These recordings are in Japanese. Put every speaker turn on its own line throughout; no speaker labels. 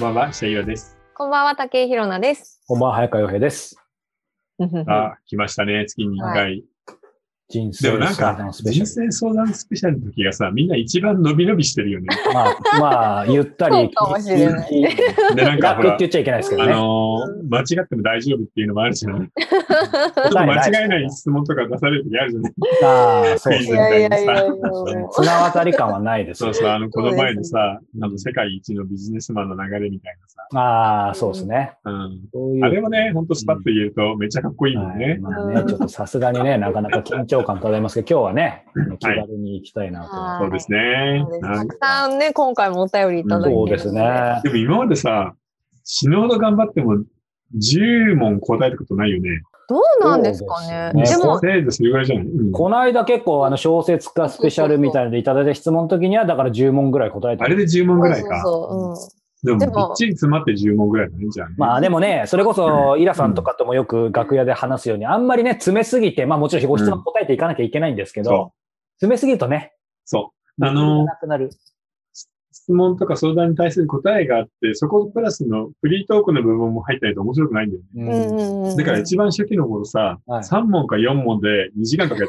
ばんは、シャイロです。
こんばんは、竹井宏奈です。
こんばんは、早川洋平です。
あ、来ましたね、月に1回。
は
人生
でもなん
相
か
談、スペシ
人
ャ
生相談スペシャルの時がさ、みんな一番伸び伸びしてる よね。
ル。まあ、まあ、ゆった
そ
り
う、かもしれない
聞き
で、なんかほ
楽って
ら、
言っちゃいけないですけ
あ
どね。
のー間違っても大丈夫っていうのもあるじゃない。ちょっと間違えない質問とか出される時あるじゃない。
ああ、そうで
い
す
い
ね。
やいやいやいや。
綱渡り感はないです
そ
ね。
うそう、あの、この前のさ、あの、世界一のビジネスマンの流れみたいなさ。
ああ、そうですね。
うん。
そういう
あれもね、ほんとスパッと言うとめっちゃかっこいいも
は
ん
い
ね。
まあね、ちょっとさすがにね、なかなか緊張感漂いますけど、今日はね、気軽に行きたいな
そうですね。は
た
い
くさんね、今回もお便りいた
と。
だいて
そ
る
うです。ね。
でも今までさ、死ぬほど頑張っても、10問答えたことないよね。
どうなんですかね。
そう
で
ですね
も、
せいぜいそれぐらいじゃない、うん
この間結構あの小説家スペシャルみたいなのでいただいた質問の時には、だから10問ぐらい答えて
あれで10問ぐらいか。
そうそう
でも、
で
びっ
も
ちり詰まって10問ぐらいだね、じゃあね、
まあでもね、それこそ、イラさんとかともよく楽屋で話すように、あんまりね、詰めすぎて、まあもちろんご質問答えていかなきゃいけないんですけ
そ
ど、詰めすぎるとね、
そう。あのー
なくなる。
質問とか相談に対する答えがあって、そこプラスのフリートークの部分も入ったりと面白くないんだよね。
うん。うんうんうん。
だから一番初期の頃さ、
はい
3問か4問で2時間かけて、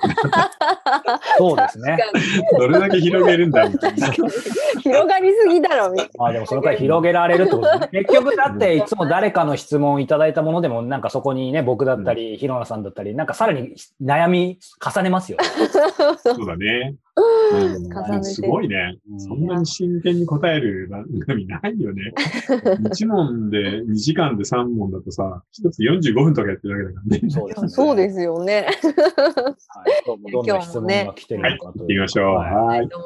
そうですね。
どれだけ広げるんだみた いな。
広がりすぎだろ、みたい
まあでもそのくらい広げられるってことですね。結局だって、いつも誰かの質問いただいたものでも、なんかそこにね、僕だったり、ヒロナさんだったり、なんかさらに悩み重ねますよ。
そうだね。うん
重ねて
でもすごいね。
うん
そんなに真剣に答える番組ないよ ね。1問で2時間で3問だとさ、1つ45分とかやってるわけだからね。
そうです
な。
ね。
そうですよね。
はい。どうもどんな質問が来てるのかと
行
い
き
う。
ましょう。
は
はい。
ちょっ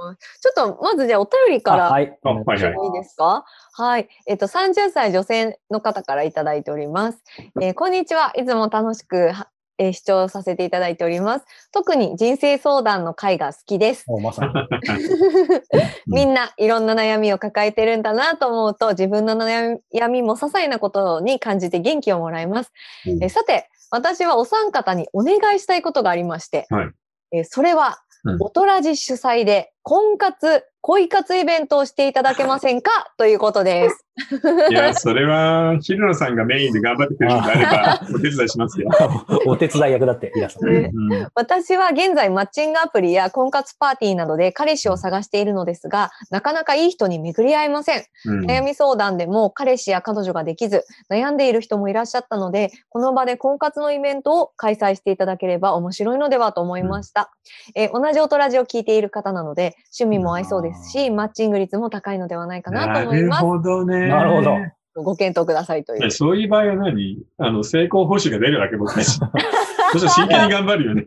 と、まずじゃあお便り
あ
から
はい。
あはいはい
いいですかはい。えっと、30歳女性の方からいただいております。えーこんにちは。いつも楽しく、はえー視聴させていただいております。特に人生相談の会が好きです。
もうまさに。
みんないろんな悩みを抱えてるんだなと思うと、自分の悩みも些細なことに感じて元気をもらいます。
うん
えーさて、私はお三方にお願いしたいことがありまして、
はい
えーそれは、
うん
おとらじ主催で婚活、恋活イベントをしていただけませんかということです。
いや、それは、ヒルノさんがメインで頑張ってくれるんであれば、お手伝いしますよ。
お手伝い役だって、イ ラさん。
ね
うん
私は現在マッチングアプリや婚活パーティーなどで彼氏を探しているのですが、なかなかいい人に巡り合えません。
うん
悩み相談でも彼氏や彼女ができず、悩んでいる人もいらっしゃったので、この場で婚活のイベントを開催していただければ面白いのではと思いました。えー同じ音ラジオを聞いている方なので、趣味も合いそうですし、マッチング率も高いのではないかなと思います。
ほどね
なるほど。
ご検討くださいという
え。そういう場合は何あの、成功報酬が出るだけ僕たち。そしたら真剣に頑張るよね。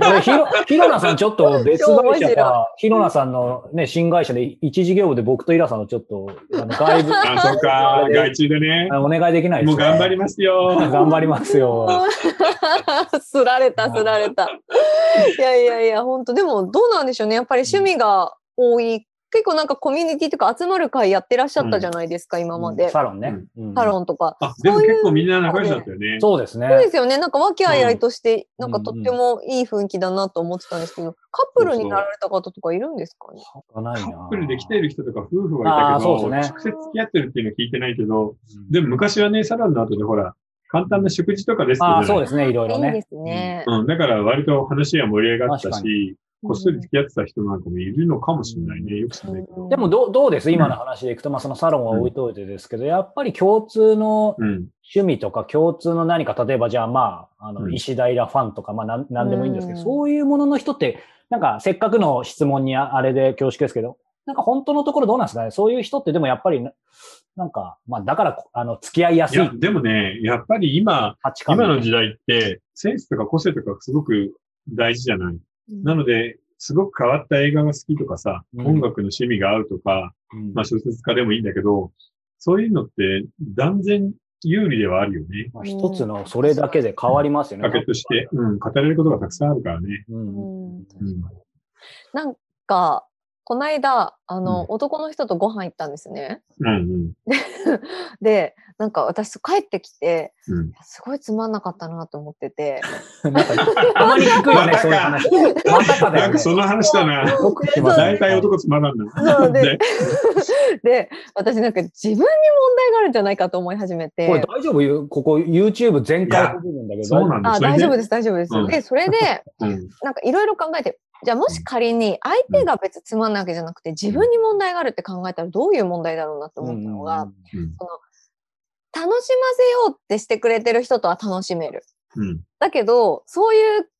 俺ひろ、ひろなさん、ちょっと別会社から、ひろなさんのね、新会社で一事業部で僕とイラさんのちょっと、あの外部、
あ、そっか、外注でね。
お願いできないで
もう
す、
頑張り
ま
ますよ。
頑張りますよ。
すられた、すられた。いやいやいや、本当でもどうなんでしょうね。やっぱり趣味が多い。結構なんかコミュニティとか集まる会やってらっしゃったじゃないですか、今まで。
サロンね。うん
サロンとか。
あ、でも結構みんな仲良しだったよね。
そうですね
そう。ですよね。なんか和気あいあいとして、
う
なん
ん
かとってもいい雰囲気だなと思ってたんですけど、カップルになられた方とかいるんですかね
カ
カップルで来て
る。
る人とか夫婦はいたけ
あーそ
ど、
うで
直
すね
接付き合ってるっていうのは聞いてないけど、でも昔はね、サランの後でほら、簡単な食事とかです
ああ、
よ
そう
ね。
ですね、いろいろ
いいで
ね。
すね。
うん、だから割と話は盛り上がった
確か
し、こっそり付き合ってた人なんかもいるのかもしれないね。よく知らないけど。
うん
でも、どう、どうです今の話でいくと、まあ、そのサロンは置いといてですけど、やっぱり共通の
うん。
趣味とか共通の何か、例えばじゃあまあ、あ
う
の、
ん
石平ファンとか、まあなん、なんでもいいんですけど、
うん
そういうものの人って、なんかせっかくの質問にああれで恐縮ですけど、なんか本当のところどうなんですかねそういう人ってでもやっぱりな、なんか、まあだからこ、あの、付き合いや
い
す
や
い、
でもね、やっぱり今、
価値観。
今の時代って、センスとか個性とかすごく大事じゃない。なので、すごく変わった映画が好きとかさ、
うん
音楽の趣味が合うとか、
うん
まあ小説家でもいいんだけど、そういうのって断然有利ではあるよね。
まあ一つのそれだけで変わりますよね。
だけとして、うん、語れることがたくさんあるからね。
うん。
うん
うん
なんか、こないだ、あ
うん
の、男の人とご飯行ったんですね。
うん
で、なんか私帰ってきて、
うん。うん
い。やすごいつまんなかったなと思っ てて、
なんか、たまに聞くよ
また
ね、
か
そういう話。またかだ
な
よ
んか
ね。
その話だな。
よく聞きますね
大体男つまらんな。
そうで
で
で、私なんか自分に問題があるんじゃないかと思い始め
これ
て、
大丈夫よここ YouTube 全開の部分だけど。
そうなんだ。
あ、
それ
大丈夫です、大丈夫です。
うん
で、それで、
うん。
なんかいろいろ考えて、じゃあもし仮に相手が別につまんないわけじゃなくて、自分に問題があるって考えたらどういう問題だろうなって
うんう
思ったの
ん
が、
うん
楽しませようってしてくれてる人とは楽しめる。
うん。
だけど、そういう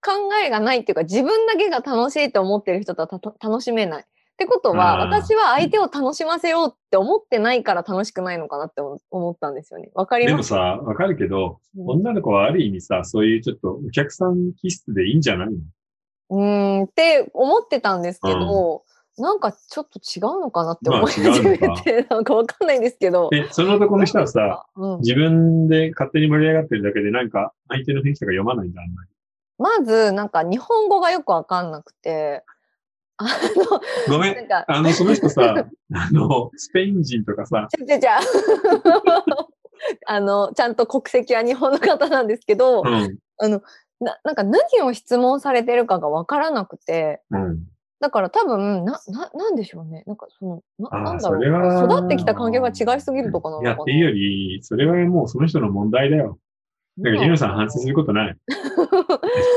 考えがないっていうか、自分だけが楽しいと思ってる人とはたと楽しめない。ってことは、
あー
私は相手を楽しませようって思ってないから楽しくないのかなって思思ったんですよね。わかり
で
ま
も
す
さ、わかるけど、
うん
女の子はある意味さ、そういうちょっとお客さん気質でいいんじゃないの
うーんって思ってたんですけど、なんかちょっと違うのかなって思い
まあ違
始
うの
め
か
て、なんかわかんないんですけど。
で、その男の人はさ、
うん、
自分で勝手に盛り上がってるだけで、なんか相手の雰囲気とか読まないんだ、あんまり。
まず、なんか日本語がよくわかんなくて、あ
ごめ
の、
ん
な。んか、
あの、その人 さ、あの、スペイン人とかさ、
ちゃちゃちゃ。あの、ちゃんと国籍は日本の方なんですけど、
うん、
ななんか何を質問されてるかがわからなくて、
うん。
だから多分、な、な、なんでしょうね。なんかその、な
あ
なん
あ、
だ
それ
ろ
は。
う。育ってきた環境が違いすぎるとかなの
い
かな。
や、っていうより、それはもうその人の問題だよ。だから、ジノさん反省することない。質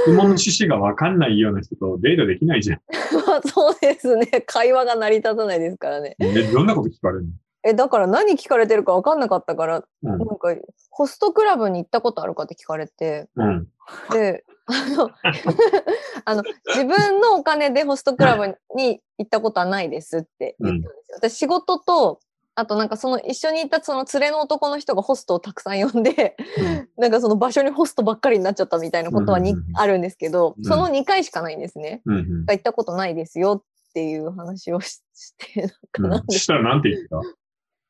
問の趣旨がわかんないような人とデートできないじゃん。
まあそうですね。会話が成り立たないですからね。
で、どんなこと聞かれる
え、だから何聞かれてるか分かんなかったから、
の
なんか、ホストクラブに行ったことあるかって聞かれて、
うん。うん。
で、あの、 あの自分のお金でホストクラブに行ったことはないですって言ったんですよ。私仕事と、あとなんかその一緒にいたその連れの男の人がホストをたくさん呼んで、
うん
なんかその場所にホストばっかりになっちゃったみたいなことはに、
うんうんうん
あるんですけど、
うん
その2回しかないんですね。
うんうん
が行ったことないですよっていう話をしして、なんか
う
なんん。
そ
で、
したらなんて言った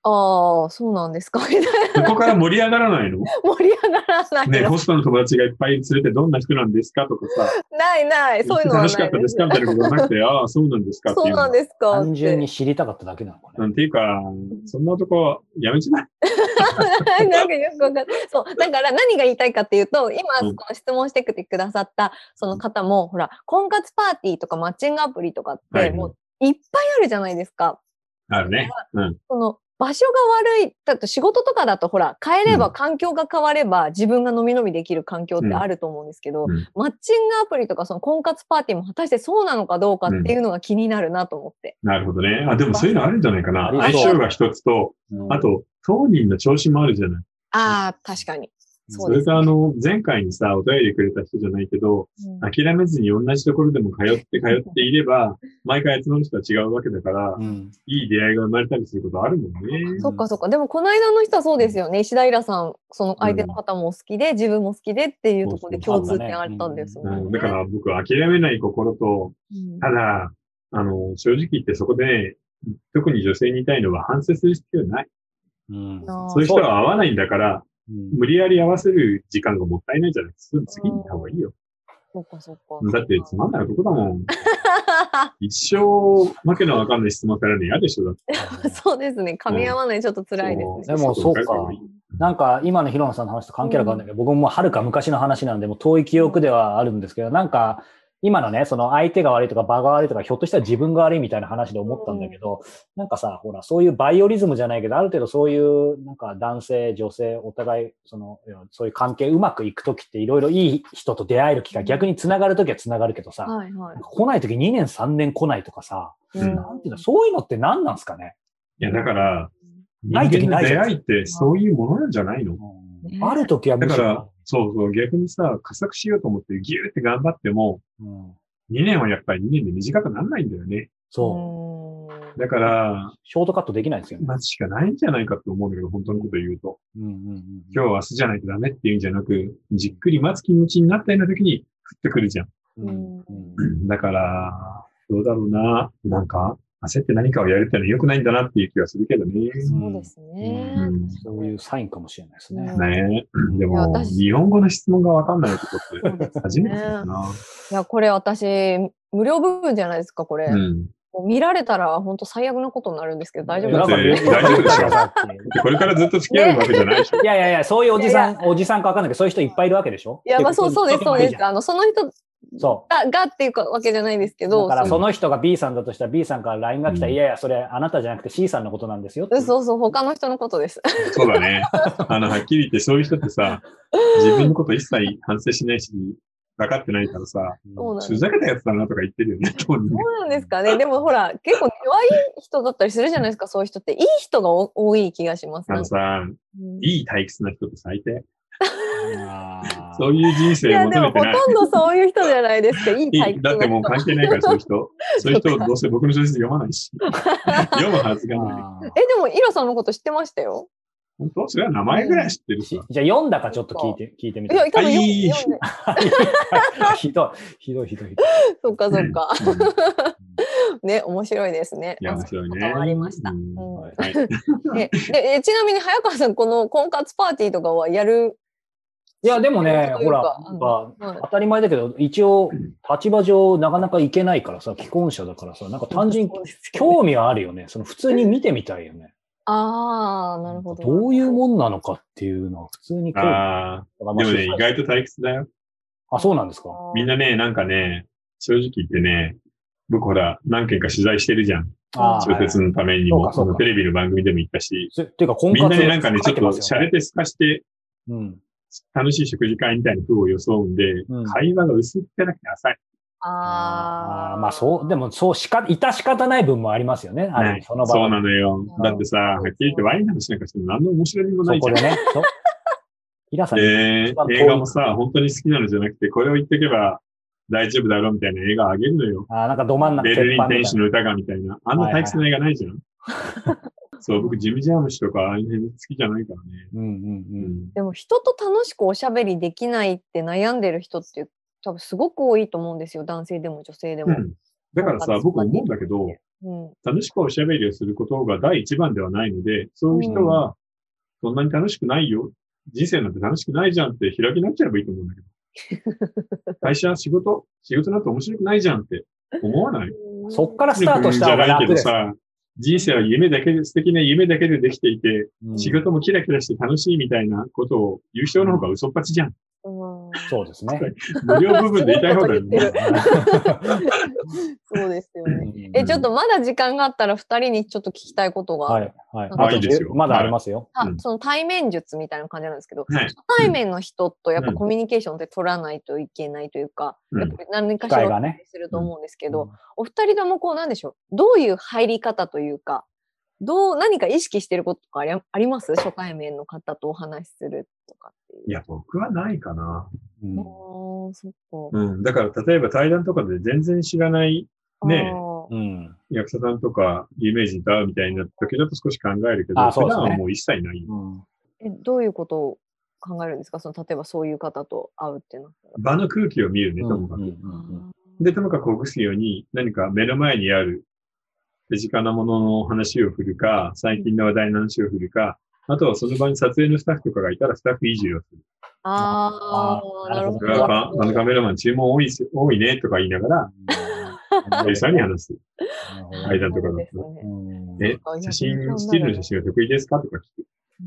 ああ、そうなんですか みたいな
そこから盛り上がらないの
盛り上がらない
ね、
の、
ホストの友達がいっぱい連れてどんな人なんですかとかさ、
ないない、そういうのは
楽し
な
かっ
い
たで
ですす。
かみたいなことがなくて、ああ、そうなんですかって
そ
いううの。
なんですかって。
単純に知りたかっただけなのか
う
ね。
んっていうか、そんな男、やめちまえ。
なんかよくわかんない。そう。だから何が言いたいかっていうと、今、
うん
この質問してきてくださった、その方も、ほら、婚活パーティーとかマッチングアプリとかっ
は
て、
い
もう、いっぱいあるじゃないですか。
あるね。うん。
その、場所が悪い。だと仕事とかだと、ほら、変えれば、環境が変われば、自分がのみのみできる環境ってあると思うんですけど、
うん
マッチングアプリとか、その婚活パーティーも果たしてそうなのかどうかっていうのが気になるなと思って。
なるほどね。あ、でもそういうのあるんじゃないかな。
あり
相
そう
性が一つと、
うん
あと、当人の調子もあるじゃない。
ああ、確かに。そ
そう
で
れ
すね
とあの、前回にさ、お便りくれた人じゃないけど、
うん
諦めずに同じところでも通って通っていれば、毎回集まる人は違うわけだから
う、ん
いい出会いが生まれたりすることあるもんね。
そっかそっか。でもこの間の人はそうですよね。石平さん、その相手の方もお好きで、自分も好きでっていうところで
そう
共
そ
通
う
点あったんです
う
も
ん、
んね
だ。から僕は諦めない心と、
うん
ただ、あの、正直言ってそこでね、特に女性に言いたいのは反省する必要ない。
うん
あー
そういう人は合わないんだから、
うん
無理やり合わせる時間がもったいないじゃないですか。次に行った方がいいよ。
そっかそっか。
だって つまんない男だもん。
そ
一生、わけのわかんない質問されるの嫌でしょ、だって。
うですね。噛み合わないちょっと辛いです
で
ね。
もそうか。なんか今のヒロノさんの話と関係あるかわかんないけど、僕ももうはるか昔の話なんで、もう遠い記憶ではあるんですけど、なんか今のね、その相手が悪いとか場が悪いとか、ひょっとしたら自分が悪いみたいな話で思ったんだけど、なんかさ、ほら、そういうバイオリズムじゃないけど、ある程度そういう、なんか男性、女性、お互い、その、いやそういう関係うまくいくときって、いろいろいい人と出会える機会、逆に繋がるときは繋がるけどさ、
はいはい
なん。か来ないとき2年3年来ないとかさ、
うん
なんていうの、そういうのって何なんですかね、
いや、だから、人
ない時
間
な
の
いじ
出
ゃん
会いってそういうものなんじゃないの
ね
あるときは
だ
む
か
し
ら
ろ、、
そうそう、逆にさ、加速しようと思ってギューって頑張っても、
うん
2年はやっぱり2年で短くならないんだよね。
そう。
うん
だから、
ショートカットできないですよね。
待ちしかないんじゃないかと思うんだけど、本当のこと言うと。
うんうんうん
今日明日じゃないとダメっていうんじゃなく、じっくり待つ気持ちになったような時に降ってくるじゃん。
うん
うんだから、どうだろうな。なんか、焦って何かをやるってのは良くないんだなっていう気はするけどね。
そうですね。
うん
そういうサインかもしれないですね。
ねえ。で
いや
も、
私
日本語の質問がわかんないこと
そう
っ
です
て
ね
初めてだな。
いや、これ私、無料部分じゃないですか、これ。
うん。
もう見られたら本当最悪なことになるんですけど、大丈
だ
夫
っ
で
て
すか
大丈夫でしょ
さっ
これからずっと付き合うわけじゃないでしょ。
きいやいやいや、そういうおじさん、おじさんかわかんないけど、そういう人いっぱいいるわけでしょ
いや、まあそうそうです、そうで
いい
す。
じゃん
あの、その人
そ
ががっていうかわけじゃないですけ
う。
ど、
だから
そ
その人が B さんだとしたら B さんから LINE が来たら、
うん
いやいや、それあなたじゃなくて C さんのことなんですよっていう
うそうそう、他の人のことです。
そうだね。あの、はっきり言って、そういう人ってさ、自分のこと一切反省しないし、分かってないからさ、
そうなんです
ふざけたやつだなとか言ってるよね、当人。
そうなんですかね。でもほ ら、結構弱い人だったりするじゃないですか、そういう人って。いい人がお多い気がします。
あのさ、
うん
いい退屈な人って最低。
あー
そういう人生
い
を
や、で
求め
もほ
てない。
とんどそういう人じゃないですか。いい
い
体
い
育
だってもう関係ない から、そういう人。そういう
そ
人、
うか
どうせ僕の小説読まない し。読むはずがない。
あ
え、でも、イラさんのこと知ってましたよ。
本当それは名前ぐらい知ってる
ーし
さ。
じゃあ読んだかちょっと聞いて、聞いてみ
い
て。
や、多分よ
あいい
読んで。
ひどい、ひどい、ひどい。
そっかそっか。
うん
ね、面白いですね。
いや、面白いね。
変わりました。
うん
うん
はい。
えでえちなみに早川さん、この婚活パーティーとかはやる、
いや、でもね、
とい
ほ、
うからあの
なんか
はい
当たり前だけど、一応、立場上、なかなか行けないからさ、既婚者だからさ、なんか単純に
そうですよね
興味はあるよね。その普通に見てみたいよね。
ああ、なるほど。
どういうもんなのかっていうのは、普通に興味あ
あ
るから
あ、
ま
で
あ
もね、意
知らない
外と退屈だよ。
あ、そうなんですか。
あー
みんなね、なんかね、正直言ってね、僕ほら、何件か取材してるじゃん。
あー
小説のためにも、
そうかそうか
そのテレビの番組でも行ったし、
せていうか、婚
み
活
んなね、なんかね、ちょ
入
って
ま
と
すよ
洒落て透かして、
うん。
楽しい食事会みたいな風を装うんで、
うん
会話が薄っぺらくて浅い。
あ
あ
あ。
ーまあ、そう、でも、そうしか、いた仕方ない分もありますよね。あ
ね
るその場
そうな
は
のよ。
うん
だってさ、はっきり言ってワインの話なんかしても何の面白みも
そ
ないじ
こ
ゃん
で。ね。 そう平さん、
で
一番遠い
映画もさ、本当に好きなのじゃなくて、これを言ってけば大丈夫だろうみたいな映画あげるのよ。
あーなんかど真ん中、
ベルリン天
みたい
使の歌がみたいな。あんな退屈な映画ないじゃん。そう、僕、ジム・ジャームシとか、ああいう辺好きじゃないからね。
な。うん
う
うんうん。
ん。
でも人と楽しくおしゃべりできないって悩んでる人って多分すごく多いと思うんですよ男性でも女性で
う
も。
ん、だからさ、僕思うんだけど、
うん
楽しくおしゃべりをすることが第一番ではないので、そういう人は、そんなに楽しくないよ。人生なんて楽しくないじゃんって開き直っちゃえばいいと思うんだけど。会社、仕事、仕事なんて面白くないじゃんって思わない
そっからスタートした
じゃ
方が
ないけ
楽
ど
です。
さ、人生は夢だけで、素敵な夢だけでできていて、
うん
仕事もキラキラして楽しいみたいなことを言う人の方が嘘っぱちじゃ ん。
うん
そうですね。
無料部分で言いたい方だよ
すごいこと言
ね
っ。そうですよね。
うん
えちょっとまだ時間があったら二人にちょっと聞きたいことが、
はい、はい。
まあ
あ
いい
と
です
十
よ
まだありますよ。
あ
うん
その対面術みたいな感じなんですけど、
はい
初対面の人とやっぱ
うん
コミュニケーションって取らないといけないというか、
うん
やっぱり何かし
機会
ら
がね
すると思うんですけど、お二人ともこうなんでしょうどういう入り方というか、どう、何か意識してることとかありあります初対面の方とお話しするとかっていう。
いや、僕はないかな。
うん
あーそっか。
うん。だから、例えば対談とかで全然知らないねえ
あー
うん。
役者さんとか有名人と会うみたいになった時だと少し考えるけど、
あそう
普
ですね
段はもう一切ない。
うん
えどういうことを考えるんですかその例えばそういう方と会うってなったら。
場の空気を見るね、
う
ともかく。
ん
で、ともかくほぐすように、何か目の前にある手近なものの話を振るか、最近の話題の話を振るか、あとはその場に撮影のスタッフとかがいたらスタッフいじりをする。
あー
あー
なるほ
そ
ど。
れはかあのカメラマン注文多いし多いねとか言いなが ら、
うん
実際に話す。
な
間
る
のところ
そうですね
ほどうん
え、写真、スティールの写真は得意ですかとか聞く。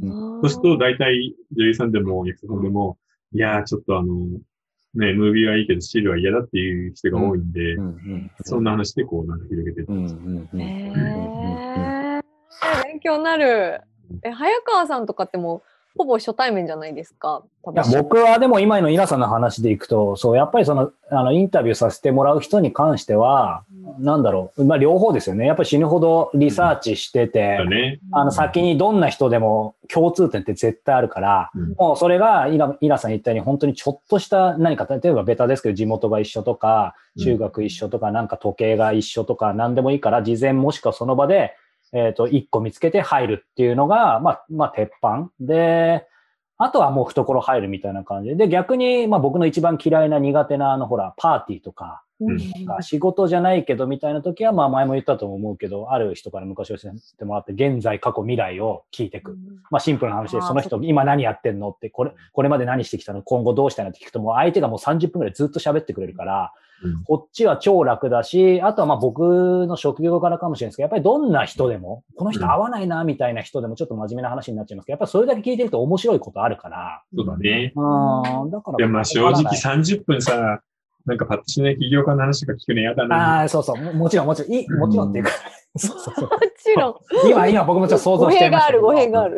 あ
そ
ー
うすると、大体、女優さんでも、役者さんでも、いやー、ちょっとあの、ね、ムービーはいいけど、シールは嫌だっていう人が多いんで、
うんうん
そんな話でこう、なんか広げて
うんうんうん
へ
うんうん
ー勉強になる。え、早川さんとかってもう、ほぼ初対面じゃないですか。多
いや
分
僕はでも今の稲さんの話でいくと、そう、やっぱりその、あの、インタビューさせてもらう人に関しては、なんだろう、まあ両方ですよね。やっぱり死ぬほどリサーチしてて、
だね。
あの先にどんな人でも共通点って絶対あるから、
うん
もうそれがイライラさん言ったように本当にちょっとした何か、例えばベタですけど地元が一緒とか、
うん
中学一緒とか、なんか時計が一緒とか、何でもいいから、事前もしくはその場で、えっ、と、一個見つけて入るっていうのが、まあ、まあ、鉄板。で、あとはもう懐入るみたいな感じで、で逆に、まあ僕の一番嫌いな苦手なあの、ほら、パーティーとか、
うん
なんか仕事じゃないけどみたいな時は、まあ前も言ったと思うけど、ある人から昔教えてもらって、現在、過去、未来を聞いていく。まあシンプルな話で
あー
す。その人、今何やってんのって、これ、これまで何してきたの今後どうしたいのって聞くと、もう相手がもう30分くらいずっと喋ってくれるから、
うん
こっちは超楽だし、あとはまあ僕の職業からかもしれないですけど、やっぱりどんな人でも、この人合わないな、みたいな人でもちょっと真面目な話になっちゃいますけど、やっぱりそれだけ聞いてると面白いことあるから。
そうだね。
うん、だから。
でもまあ正直30分さ、なんかパッとしない起業家の話とか聞くの嫌だな。
ああ、そうそう。ももちろん、もちろん。いもちろんっていうか、 そうそうそ
も
う。
ちろん。
今、今僕もちょっと想
語
像して
弊
ま
が
し
あ
たけ
る、
ど。
語弊がある。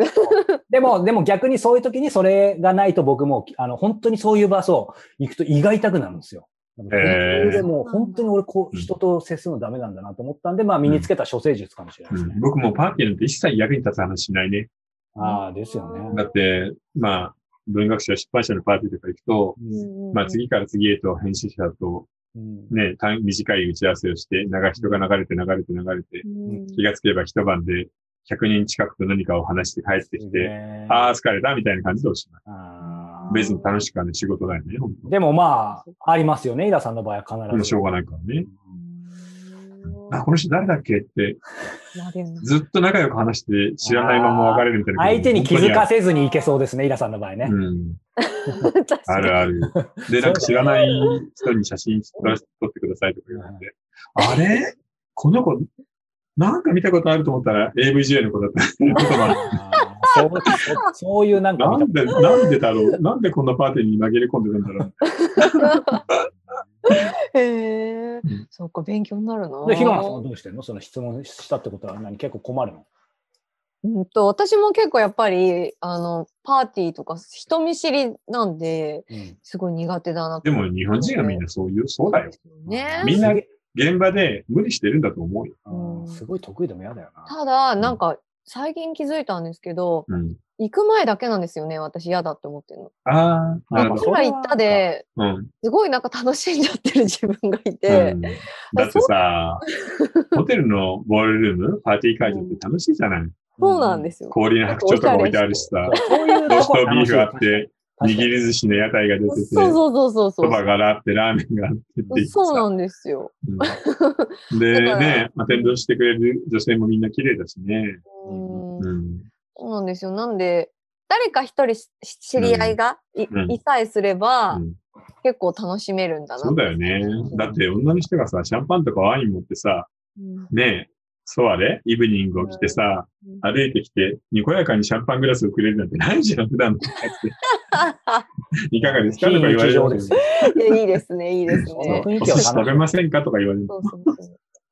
でも、でも逆にそういう時にそれがないと僕も、あの、本当にそういう場所行くと胃が痛くなるんですよ。
へー
でもう本当に俺こう、人と接するのダメなんだなと思ったんで、まあ身につけた処世術かもしれないうですね
ん。僕もうパーティーなんて一切役に立つ話しないね。
ああ、ですよね
だ。って、まあ、文学者、出版社のパーティーとか行くと、 まあ次から次へと編集者と
うん
ね、短短い打ち合わせをして、長い人が流れて流れて流れて、
うん
気がつければ一晩で100人近くと何かを話して帰ってきて、
ね
ああ、疲れたみたいな感じでおしまい。
あー
別に楽しくはね、仕事だよね、本当
でもまあ、ありますよね。井田さんの場合は
も
必
う
ず。
しょうがないからね。
うん
あ、この人誰だっけって、
まあでもな
ずっと仲良く話して知らないまま別れるみたいな。
相手に気づかせずにいけそうですね、井田さんの場合ね。
うん。
確かに
あるある。で、なんか知らない人に写真撮らせ撮ってくださいとか言われて、あれこの子、なんか見たことあると思ったら AVGA の子だったっていうこともある
あーそうそうそういうなんか
な
見
んで、
た
なんでだろうなんでこんなパーティーに紛れ込んでるんだろう
へえ
ん。
そっか、勉強になるな。
で、ひろなさんはどうしてんのその質問したってことは何結構困るの
うんと、私も結構やっぱり、あの、パーティーとか人見知りなんで、
うん。
すごい苦手だな
で
と
も日本人はみんなそういう、そうだよ。
ね。
みんな
すげ
現場で無理してるんだと思うよ。
あーすごい得意でも嫌だよな。。
ただ、なんか、最近気づいたんですけど、
うん。
行く前だけなんですよね、私嫌だって思ってるの。
ああ、なるほど。
ほら行ったで、
うん。
すごいなんか楽しんじゃってる自分がいて
う、ん、だってさ、ホテルのボールルーム、パーティー会場って楽しいじゃない
そうなんですすよ。
氷の白鳥とか置いてあるしさ、
そうい
ロ
うと
スト
こ楽
ビー
しい
フあって、握
確かに
り寿司の屋台が出てて、
そうそうそうそう
そ
そ
ば
う。
がらあって、ラーメンがあってっていうさ
そうなんですよ。
うんで
だから
ね、アテンドしてくれる女性もみんな綺麗だしね。
うん
うん。
そうなんですよ。なんで、誰か一人しし知り合いがい,、
うん
いさえすれば、
うん
結構楽しめるんだな。
そうだよね。だって女の人がさ、シャンパンとかワイン持ってさ、
うん
ねえ、ソアレ、イブニングを着てさ、
うん
歩いてきて、にこやかにシャンパングラスをくれるなんてないじゃん、普段のやつでいかがですかとか言われ
非日常
る
で
し
すよ。
いやいいですね、いいですね。
雰囲
お
気
寿
を
司食
楽
べませんかとか言われる。
そうそうそう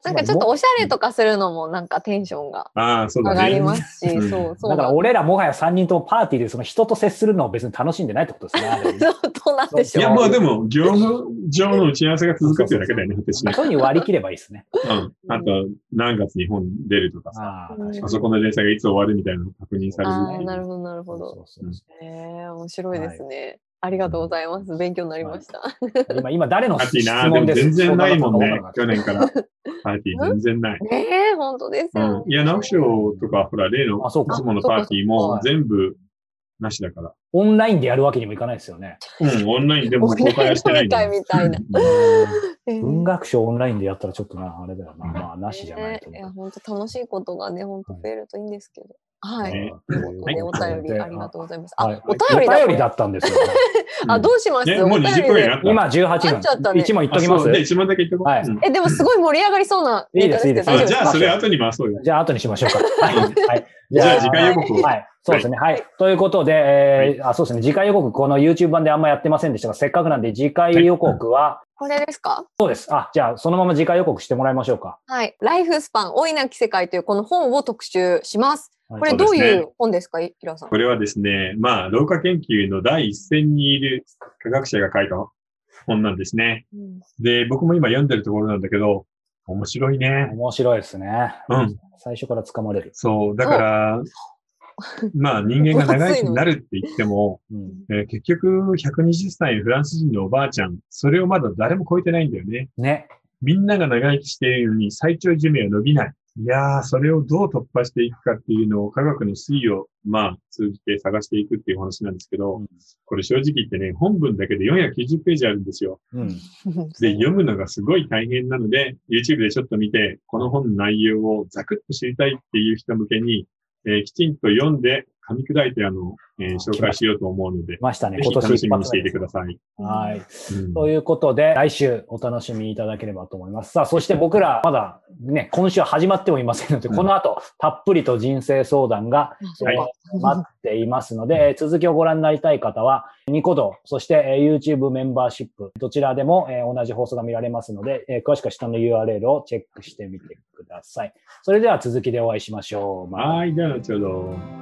なんかちょっとおしゃれとかするのもなんかテンションが
ああ、そうだ
上
ね。
がりますし、
うん
そうそう。
だから俺らもはや3人ともパーティーでその人と接するのを別に楽しんでないってことですねあれ
そうなんでし
い
ょ
や、
う。
まあでも、業務上の打ち合わせが 続くっていうだけだよね、私ね。
そういうふうに割り切ればいいですね。
うん。あと、何月に本出るとかさ、
ああ、確かに。
あそこの連載がいつ終わるみたいなのを確認される
あ
っ
あ
て
ー、
い
なる
う。
ほど、なるほど。
そうそうそ
ええ面白いですね、ありがとうございます。勉強になりました。
う今、今誰の
パーティ
質
ーな、で
問
も
です
全然ないもん
相
ね
談だ、った
去
のか
年から。パーティ ー全然ない。
ねえ、本当です
う
よ
ん。。いや、直木賞とか、ほら、例の
あそう
い
か
つものパーティー
そ
も
うかそうか
全部なしだから。
オンラインでやるわけにもいかないですよ ね。
うん、オンラインでも公開はしてないんだよ。
みたいな。ええ
文学賞オンラインでやったらちょっとな、あれだよな。まあ、なしじゃないと
ね
思
いや、
う。
本当楽しいことがね、本当増えるといいんですけど。はい。
ね
ということでお便りありがとうございます。あ、
はい
お便りだ。
お便りだった んですよ。
あ、どうします、
ねもう
お便り
20分
で
やった。
今18
なっちゃった
分。
ね
一問言っとき
あ
ま
そうで、
す。
一問だけ言ってこう
はい
うん
え、でもすごい盛り上がりそうなネタですけど、
いい
大
あ
丈夫
じ
で
ゃあ、それ後に回そうよ。
じゃあ、後にしましょう か。はい。はい
じゃあ、次回予告を。
はい。そうですね。はい。ということで、えーあ、そうですね。次回予告、この YouTube 版であんまやってませんでしたが、せっかくなんで、次回予告は、
これですか
そうです。あ、じゃあ、そのまま次回予告してもらいましょうか。
はい。ライフスパン、老いなき世界というこの本を特集します。
はい
これ
そうで
ど
す
う
ね
いう本ですか、イラさん
こ。れはですね、まあ、老化研究の第一線にいる科学者が書いた本なんですね。
うん
で、僕も今読んでるところなんだけど、面白いね。
面白いですね。
うん。
最初から掴まれる。
そう、だから、まあ、人間が長生きになるって言って も、
うん
えー結局、120歳のフランス人のおばあちゃん、それをまだ誰も超えてないんだよね。
ね。
みんなが長生きしているのに最長寿命は伸びない。いやー、それをどう突破していくかっていうのを科学の推移を、まあ、通じて探していくっていう話なんですけど、
うん
これ正直言ってね、本文だけで490ページあるんですよ。
うん。
で、読むのがすごい大変なので、YouTube でちょっと見て、この本の内容をザクッと知りたいっていう人向けに、えーきちんと読んで噛み砕いて、あの、えー紹介しようと思うので、
ましたね。
ぜひ
今
楽
年
し
一
みにし
発
て
目
い
で
て
す
ください。
はい。
うん
ということで、来週お楽しみいただければと思います。さあ、そして僕ら、まだね、今週は始まってもいませんので、
うん
この後、たっぷりと人生相談が、
はい
えー待っていますので、えー続きをご覧になりたい方は、ニコ動、そして、えー YouTube メンバーシップ、どちらでも、えー同じ放送が見られますので、えー詳しくは下の URL をチェックしてみてください。それでは続きでお会いしましょう。また
はい、では後ほど。